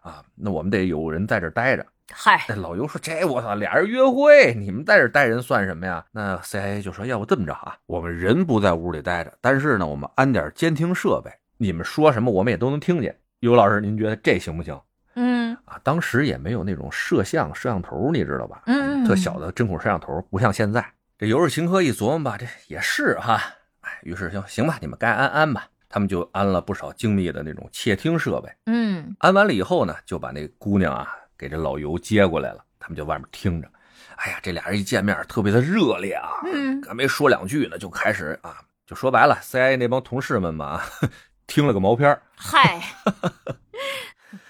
啊，那我们得有人在这儿待着。”
嗨
哎，，老尤说：“这我操，俩人约会，你们在这儿待人算什么呀？”那 CIA 就说：“要不这么着啊，我们人不在屋里待着，但是呢，我们安点监听设备，你们说什么我们也都能听见。”尤老师，您觉得这行不行
嗯
啊？当时也没有那种摄像摄像头，你知道吧？
嗯
特小的针孔摄像头，不像现在。这尤氏秦科一琢磨吧，这也是哈，哎，于是就行吧，你们该安安吧。他们就安了不少精密的那种窃听设备。
嗯
安完了以后呢，就把那姑娘啊给这老尤接过来了，他们就外面听着。哎呀，这俩人一见面特别的热烈啊，
嗯
还没说两句呢，就开始啊，就说白了，CIA 那帮同事们嘛， 听了个毛片儿
嗨，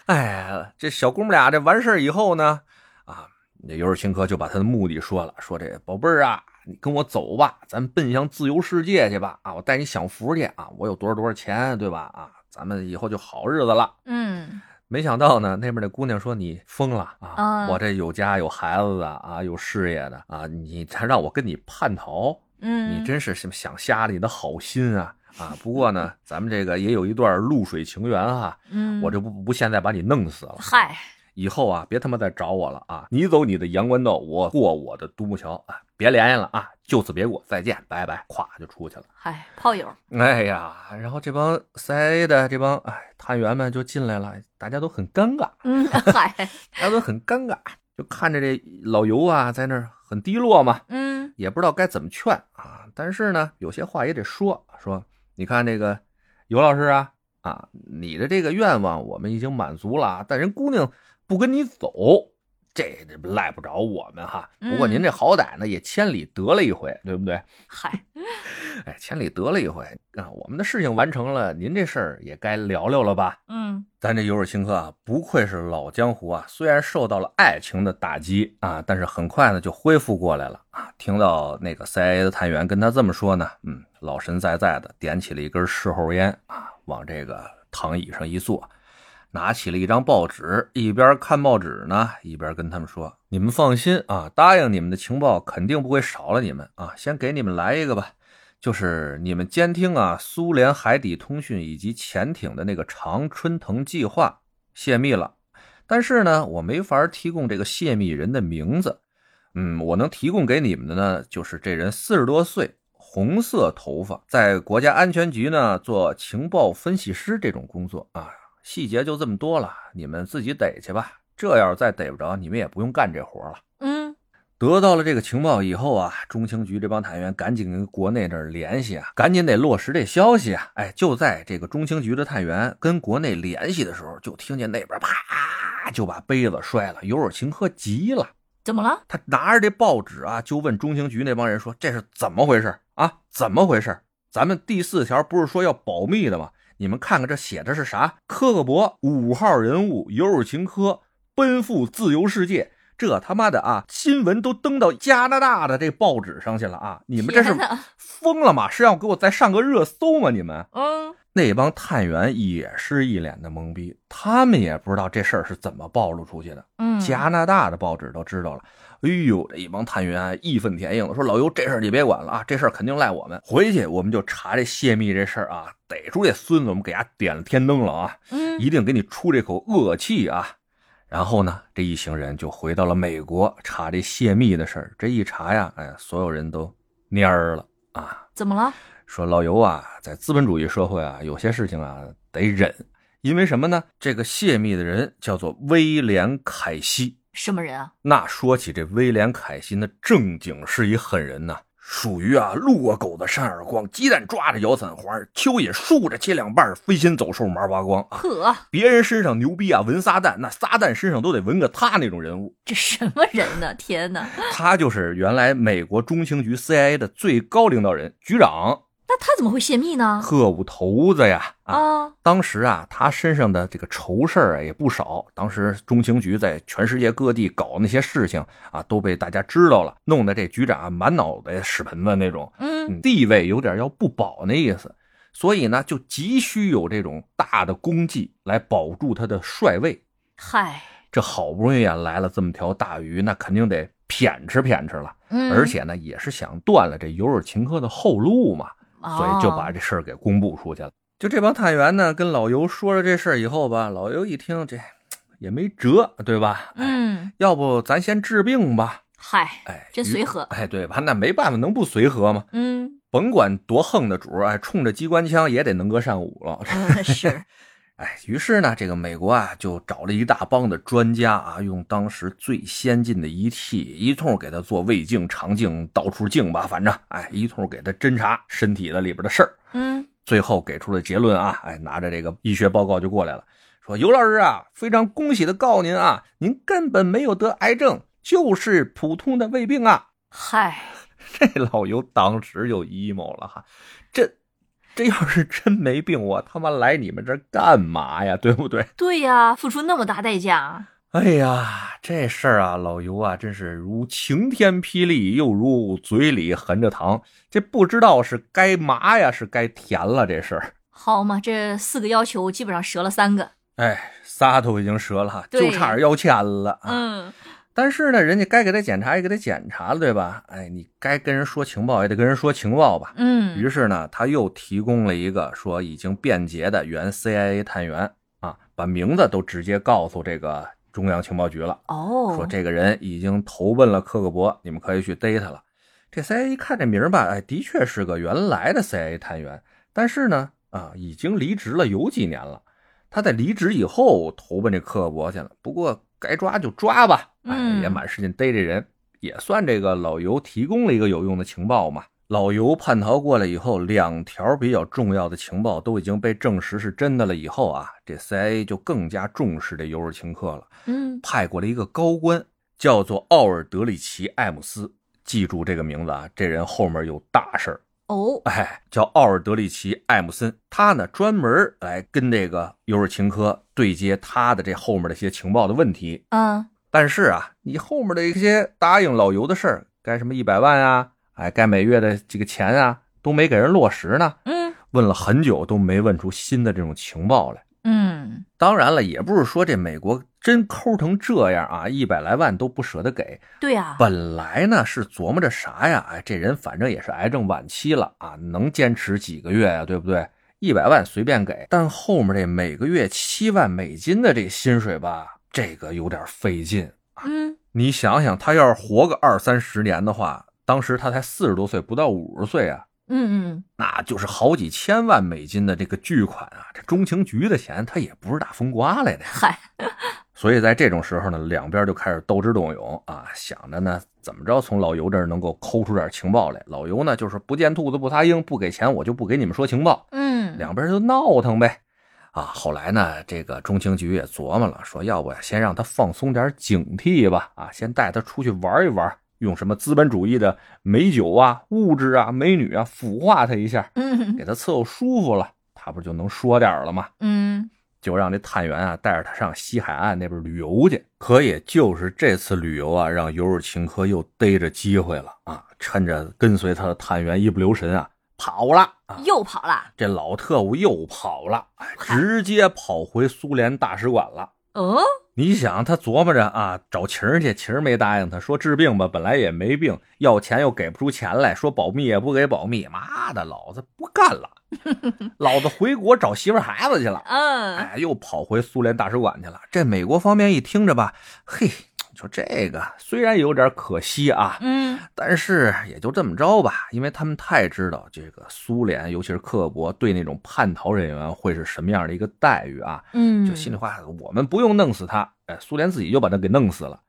哎呀，这小姑母俩这完事儿以后呢，啊，那尤尔钦科就把他的目的说了，说这宝贝儿啊，你跟我走吧，咱奔向自由世界去吧，啊，我带你享福去啊，我有多少多少钱，对吧？啊，咱们以后就好日子了。
嗯
没想到呢，那边那姑娘说你疯了啊！
嗯
我这有家有孩子的啊，有事业的啊，你还让我跟你叛逃，
嗯，
你真是想想瞎了你的好心啊！啊，不 过呢，咱们这个也有一段露水情缘啊，
嗯，
我就不不现在把你弄死了。
嗨，
以后啊，别他妈再找我了啊！你走你的阳关道，我过我的独木桥啊！别联系了啊！就此别过，再见，拜拜！咵就出去了。
嗨，炮友，
哎呀，然后这帮 CIA 的这帮哎探员们就进来了，大家都很尴尬。
嗯， 嗨，
大家都很尴尬，就看着这老尤啊，在那儿很低落嘛，
嗯
也不知道该怎么劝啊。但是呢，有些话也得说，说你看这个尤老师啊啊，你的这个愿望我们已经满足了啊，但人姑娘不跟你走，这这赖不着我们哈。不过您这好歹呢也千里得了一回，对不对？
嗨，
哎，千里得了一回啊，我们的事情完成了，您这事儿也该聊聊了吧？
嗯，
咱这尤尔钦科啊，不愧是老江湖啊，虽然受到了爱情的打击啊，但是很快呢就恢复过来了啊。听到那个 CIA 的探员跟他这么说呢，嗯，老神在在的点起了一根事后烟啊，往这个躺椅上一坐，拿起了一张报纸，一边看报纸呢，一边跟他们说：“你们放心啊，答应你们的情报肯定不会少了你们啊，先给你们来一个吧。”就是你们监听啊，苏联海底通讯以及潜艇的那个长春藤计划泄密了，但是呢，我没法提供这个泄密人的名字。嗯，我能提供给你们的呢，就是这人四十多岁，红色头发，在国家安全局呢做情报分析师这种工作啊。细节就这么多了，你们自己逮去吧。这要是再逮不着，你们也不用干这活了。
嗯，
得到了这个情报以后啊，中情局这帮探员赶紧跟国内这儿联系啊，赶紧得落实这消息啊！哎，就在这个中情局的探员跟国内联系的时候，就听见那边啪就把杯子摔了。尤尔琴科急了，
怎么了？
他拿着这报纸啊，就问中情局那帮人说：“这是怎么回事啊？怎么回事？咱们第四条不是说要保密的吗？你们看看这写的是啥？科克伯五号人物尤尔琴科奔赴自由世界。”这他妈的啊，新闻都登到加拿大的这报纸上去了啊！你们这是
天哪
疯了吗？是要给我再上个热搜吗？你们
嗯，
那帮探员也是一脸的懵逼，他们也不知道这事儿是怎么暴露出去的。
嗯，
加拿大的报纸都知道了。哎呦，这一帮探员啊义愤填膺的说：“老尤，这事儿你别管了啊，这事儿肯定赖我们。回去我们就查这泄密这事儿啊，逮住这孙子，我们给他点了天灯了啊，
嗯
一定给你出这口恶气啊！”然后呢，这一行人就回到了美国查这泄密的事儿。这一查呀，哎，所有人都蔫儿了啊。
怎么了？
说老尤啊，在资本主义社会啊，有些事情啊得忍，因为什么呢？这个泄密的人叫做威廉·凯西。
什么人啊？
那说起这威廉·凯西，那正经是一狠人呐、属于啊路过狗子扇耳光，鸡蛋抓着摇伞花，蚯蚓竖着切两半，飞檐走兽麻花光啊！
呵，
别人身上牛逼啊，纹撒旦，那撒旦身上都得纹个他那种人物。
这什么人呢？天哪，
他就是原来美国中情局 CIA 的最高领导人局长
那他怎么会泄密呢？
特务头子呀！啊，
啊，
当时啊，他身上的这个仇事儿啊也不少。当时中情局在全世界各地搞那些事情啊，都被大家知道了，弄得这局长啊满脑袋屎盆子那种，
嗯
嗯地位有点要不保那意思。所以呢，就急需有这种大的功绩来保住他的帅位。
嗨，
这好不容易啊来了这么条大鱼，那肯定得谝吃谝吃了。
嗯，
而且呢，也是想断了这尤尔琴科的后路嘛。所以就把
哦
这事儿给公布出去了。就这帮探员呢，跟老尤说了这事儿以后吧，老尤一听这也没辙，对吧？哎，
嗯，
要不咱先治病吧？
嗨，
哎，
真
于
随和
哎，对吧？那没办法，能不随和吗？
嗯，
甭管多横的主儿，哎，冲着机关枪也得能歌善舞了。
嗯是，
哎，于是呢，这个美国啊就找了一大帮的专家啊，用当时最先进的仪器一通给他做胃镜、肠镜、到处镜吧，反正哎一通给他侦查身体的里边的事儿。
嗯，
最后给出了结论啊，哎，拿着这个医学报告就过来了，说尤老师啊，非常恭喜的告诉您啊，您根本没有得癌症，就是普通的胃病啊。
嗨，
这老尤当时就 emo 了哈，这这要是真没病，我他妈来你们这儿干嘛呀？对不对？
对呀，付出那么大代价，啊
哎呀，这事儿啊，老尤啊，真是如晴天霹雳，又如嘴里含着糖，这不知道是该麻呀，是该甜了这事儿。
好嘛，这四个要求基本上折了三个，
哎，仨都已经折了哈，
对
就差点要签了。，啊
嗯，
但是呢，人家该给他检查也给他检查了，对吧？哎，你该跟人说情报也得跟人说情报吧。
嗯，
于是呢，他又提供了一个说已经变节的原 CIA 探员啊，把名字都直接告诉这个中央情报局了，
哦，
说这个人已经投奔了克格勃，你们可以去逮他了。这 CIA 一看这名儿吧，哎，的确是个原来的 CIA 探员，但是呢，啊，已经离职了有几年了。他在离职以后投奔这克伯去了，不过该抓就抓吧，哎，
嗯
也满世界逮这人，也算这个老尤提供了一个有用的情报嘛。老尤叛逃过来以后，两条比较重要的情报都已经被证实是真的了。以后啊，这 CIA 就更加重视这尤尔琴克了，
嗯，
派过来一个高官，叫做奥尔德里奇·艾姆斯。记住这个名字啊，这人后面有大事儿。
哦，
哎，叫奥尔德里奇·艾姆森，他呢专门来跟这个尤尔琴科对接他的这后面的一些情报的问题。
嗯，
但是啊，你后面的一些答应老尤的事儿，该什么一百万啊，哎，该每月的这个钱啊，都没给人落实呢。
嗯，
问了很久都没问出新的这种情报来。
嗯，
当然了，也不是说这美国真抠成这样啊，一百来万都不舍得给。
对啊，
本来呢是琢磨着啥呀？哎，这人反正也是癌症晚期了啊，能坚持几个月呀、对不对？一百万随便给，但后面这每个月七万美金的这薪水吧，这个有点费劲。
嗯，
你想想，他要是活个二三十年的话，当时他才四十多岁，不到五十岁啊，
嗯嗯，
那就是好几千万美金的这个巨款啊！这中情局的钱，他也不是大风刮来的呀。
嗨，
所以在这种时候呢，两边就开始斗智斗勇啊，想着呢怎么着从老尤这儿能够抠出点情报来。老尤呢就是不见兔子不撒鹰，不给钱我就不给你们说情报，
嗯，
两边就闹腾呗。啊，后来呢，这个中情局也琢磨了，说要不先让他放松点警惕吧，啊，先带他出去玩一玩，用什么资本主义的美酒啊、物质啊、美女啊腐化他一下，
嗯
给他伺候舒服了，他不就能说点儿了吗？
嗯，
就让这探员啊带着他上西海岸那边旅游去。可也就是这次旅游啊，让尤尔琴科又逮着机会了啊！趁着跟随他的探员一不留神啊，跑了啊！
又跑了，
这老特务又跑了，哎直接跑回苏联大使馆了。
哦，
你想，他琢磨着啊，找琴儿去，琴儿没答应他，说治病吧，本来也没病，要钱又给不出钱来，说保密也不给保密，妈的，老子不干了，老子回国找媳妇儿孩子去了。
嗯，
哎，又跑回苏联大使馆去了。这美国方面一听着吧，嘿，你说这个虽然有点可惜啊，
嗯，
但是也就这么着吧，因为他们太知道这个苏联，尤其是克勃对那种叛逃人员会是什么样的一个待遇啊。
嗯，
就心里话，我们不用弄死他，哎，苏联自己就把他给弄死了。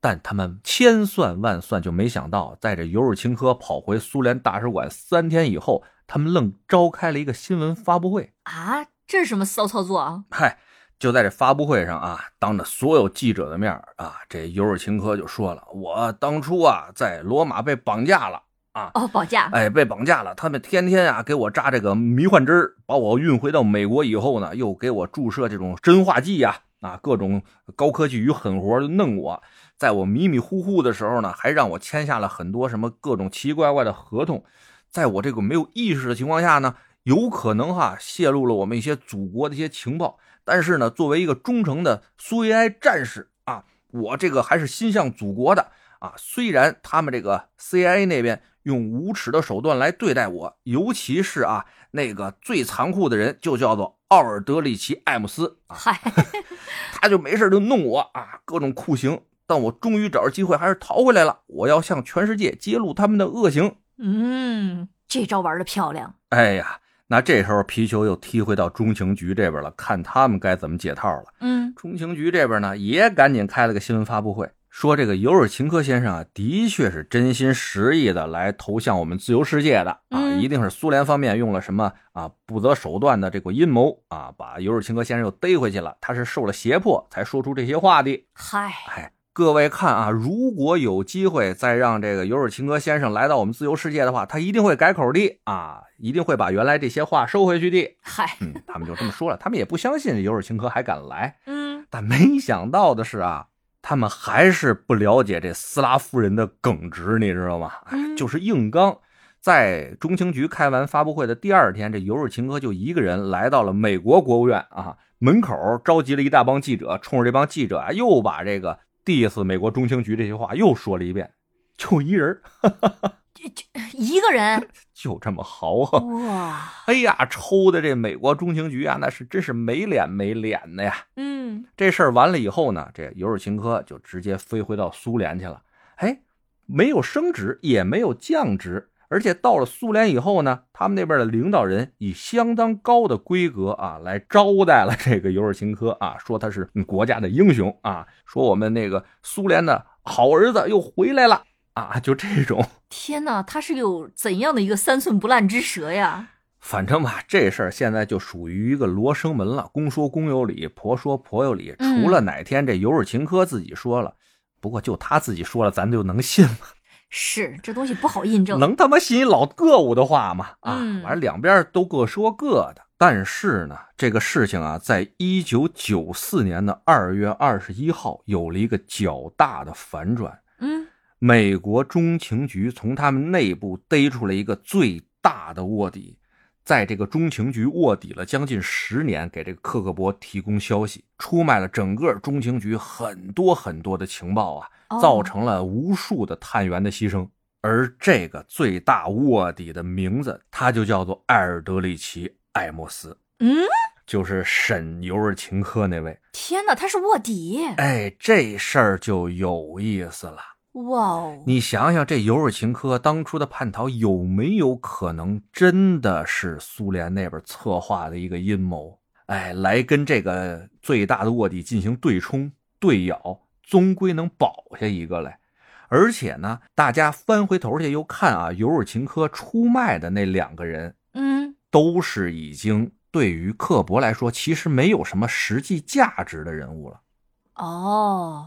但他们千算万算就没想到，在这尤尔琴科跑回苏联大使馆三天以后，他们愣召开了一个新闻发布会。
啊，这是什么骚操作啊？
嗨，就在这发布会上啊，当着所有记者的面儿啊，这尤尔琴科就说了：“我当初啊，在罗马被绑架了啊，
哦，绑架，
哎，被绑架了。他们天天啊给我扎这个迷幻针儿，把我运回到美国以后呢，又给我注射这种砷化剂呀、啊，各种高科技与狠活就弄我。在我迷迷糊糊的时候呢，还让我签下了很多什么各种奇怪怪的合同。在我这个没有意识的情况下呢，有可能哈泄露了我们一些祖国的一些情报。但是呢，作为一个忠诚的苏维埃战士啊，我这个还是心向祖国的啊。虽然他们这个 CIA 那边用无耻的手段来对待我，尤其是啊那个最残酷的人，就叫做奥尔德里奇·艾姆斯啊，
嗨，
他就没事就弄我啊，各种酷刑。但我终于找着机会，还是逃回来了。我要向全世界揭露他们的恶行。
嗯，这招玩的漂亮，
哎呀，那这时候皮球又踢回到中情局这边了，看他们该怎么解套了。
嗯
中情局这边呢，也赶紧开了个新闻发布会，说这个尤尔琴科先生啊，的确是真心实意的来投向我们自由世界的啊，
嗯
一定是苏联方面用了什么啊不择手段的这个阴谋啊，把尤尔琴科先生又逮回去了，他是受了胁迫才说出这些话的。
嗨，
哎，各位看啊，如果有机会再让这个尤尔琴科先生来到我们自由世界的话，他一定会改口的啊，一定会把原来这些话收回去的。
嗨，
嗯，他们就这么说了，他们也不相信尤尔琴科还敢来。
嗯，
但没想到的是啊，他们还是不了解这斯拉夫人的耿直，你知道吗？哎
嗯
就是硬刚。在中情局开完发布会的第二天，这尤尔琴科就一个人来到了美国国务院啊门口，召集了一大帮记者，冲着这帮记者啊，又把这个 diss 美国中情局这些话又说了一遍，就一人儿，
一个 人，
就这么豪横。
哇，
哎呀，抽的这美国中情局啊，那是真是没脸没脸的呀！
嗯
这事儿完了以后呢，这尤尔琴科就直接飞回到苏联去了。哎，没有升职，也没有降职，而且到了苏联以后呢，他们那边的领导人以相当高的规格啊来招待了这个尤尔琴科啊，说他是嗯国家的英雄啊，说我们那个苏联的好儿子又回来了啊，就这种。
天哪，他是有怎样的一个三寸不烂之舌呀？
反正吧，这事儿现在就属于一个罗生门了，公说公有理，婆说婆有理。
嗯
除了哪天这尤尔琴科自己说了，不过就他自己说了，咱就能信吗？
是这东西不好印证。
能他妈信一老个物的话吗？啊，
嗯
反正两边都各说各的。但是呢，这个事情啊，在一九九四年的二月二十一号有了一个较大的反转。
嗯，
美国中情局从他们内部逮出了一个最大的卧底，在这个中情局卧底了将近十年，给这个克格勃提供消息，出卖了整个中情局很多很多的情报啊，
哦
造成了无数的探员的牺牲。而这个最大卧底的名字，他就叫做埃尔德里奇·艾默斯，
嗯，
就是沈尤尔琴科那位。
天哪，他是卧底！
哎，这事儿就有意思了。
哇哦，
你想想，这尤尔琴科当初的叛逃有没有可能真的是苏联那边策划的一个阴谋？哎，来跟这个最大的卧底进行对冲、对咬，终归能保下一个来。而且呢，大家翻回头去又看啊，尤尔琴科出卖的那两个人，
嗯，
都是已经对于克勃来说其实没有什么实际价值的人物了，
哦，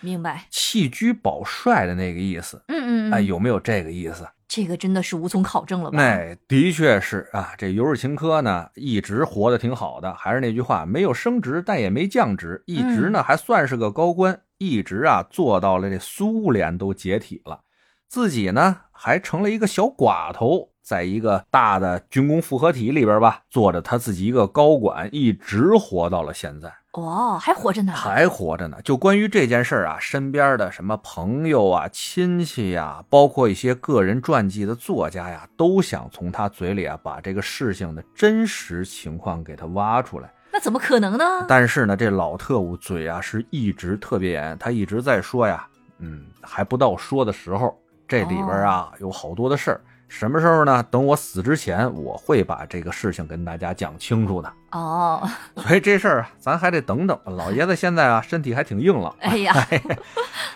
明白。
弃车保帅的那个意思。
嗯嗯嗯，
哎，有没有这个意思？
这个真的是无从考证了吧？
哎，的确是啊，这尤尔琴科呢，一直活得挺好的。还是那句话，没有升职，但也没降职，一直
嗯
呢还算是个高官，一直啊做到了这苏联都解体了，自己呢还成了一个小寡头，在一个大的军工复合体里边吧，做着他自己一个高管，一直活到了现在。
哦，还活着呢。
还活着呢。就关于这件事儿啊，身边的什么朋友啊、亲戚呀、包括一些个人传记的作家呀，都想从他嘴里啊把这个事情的真实情况给他挖出来。
那怎么可能呢？
但是呢，这老特务嘴啊是一直特别严，他一直在说呀，嗯，还不到说的时候。这里边啊有好多的事儿，什么时候呢？等我死之前，我会把这个事情跟大家讲清楚的。
哦，
所以这事儿啊，咱还得等等。老爷子现在啊，身体还挺硬朗。
哎呀，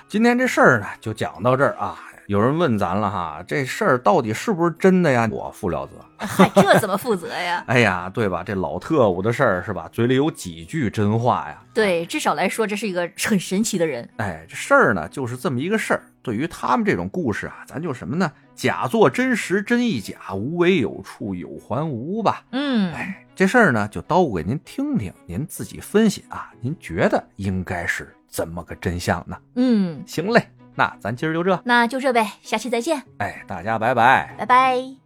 今天这事儿呢，就讲到这儿啊。有人问咱了哈，这事儿到底是不是真的呀？我负了责。
嗨，这怎么负责 呀？
哎呀，对吧？这老特务的事儿是吧？嘴里有几句真话呀？
对，至少来说，这是一个很神奇的人。
哎，这事儿呢，就是这么一个事儿。对于他们这种故事啊，咱就什么呢？假作真实，真亦假，无为有处，有还无吧。
嗯，
哎，这事儿呢，就叨咕给您听听，您自己分析啊，您觉得应该是怎么个真相呢？
嗯，
行嘞，那咱今儿就这，
那就这呗，下期再见，
哎，大家拜拜。
拜拜。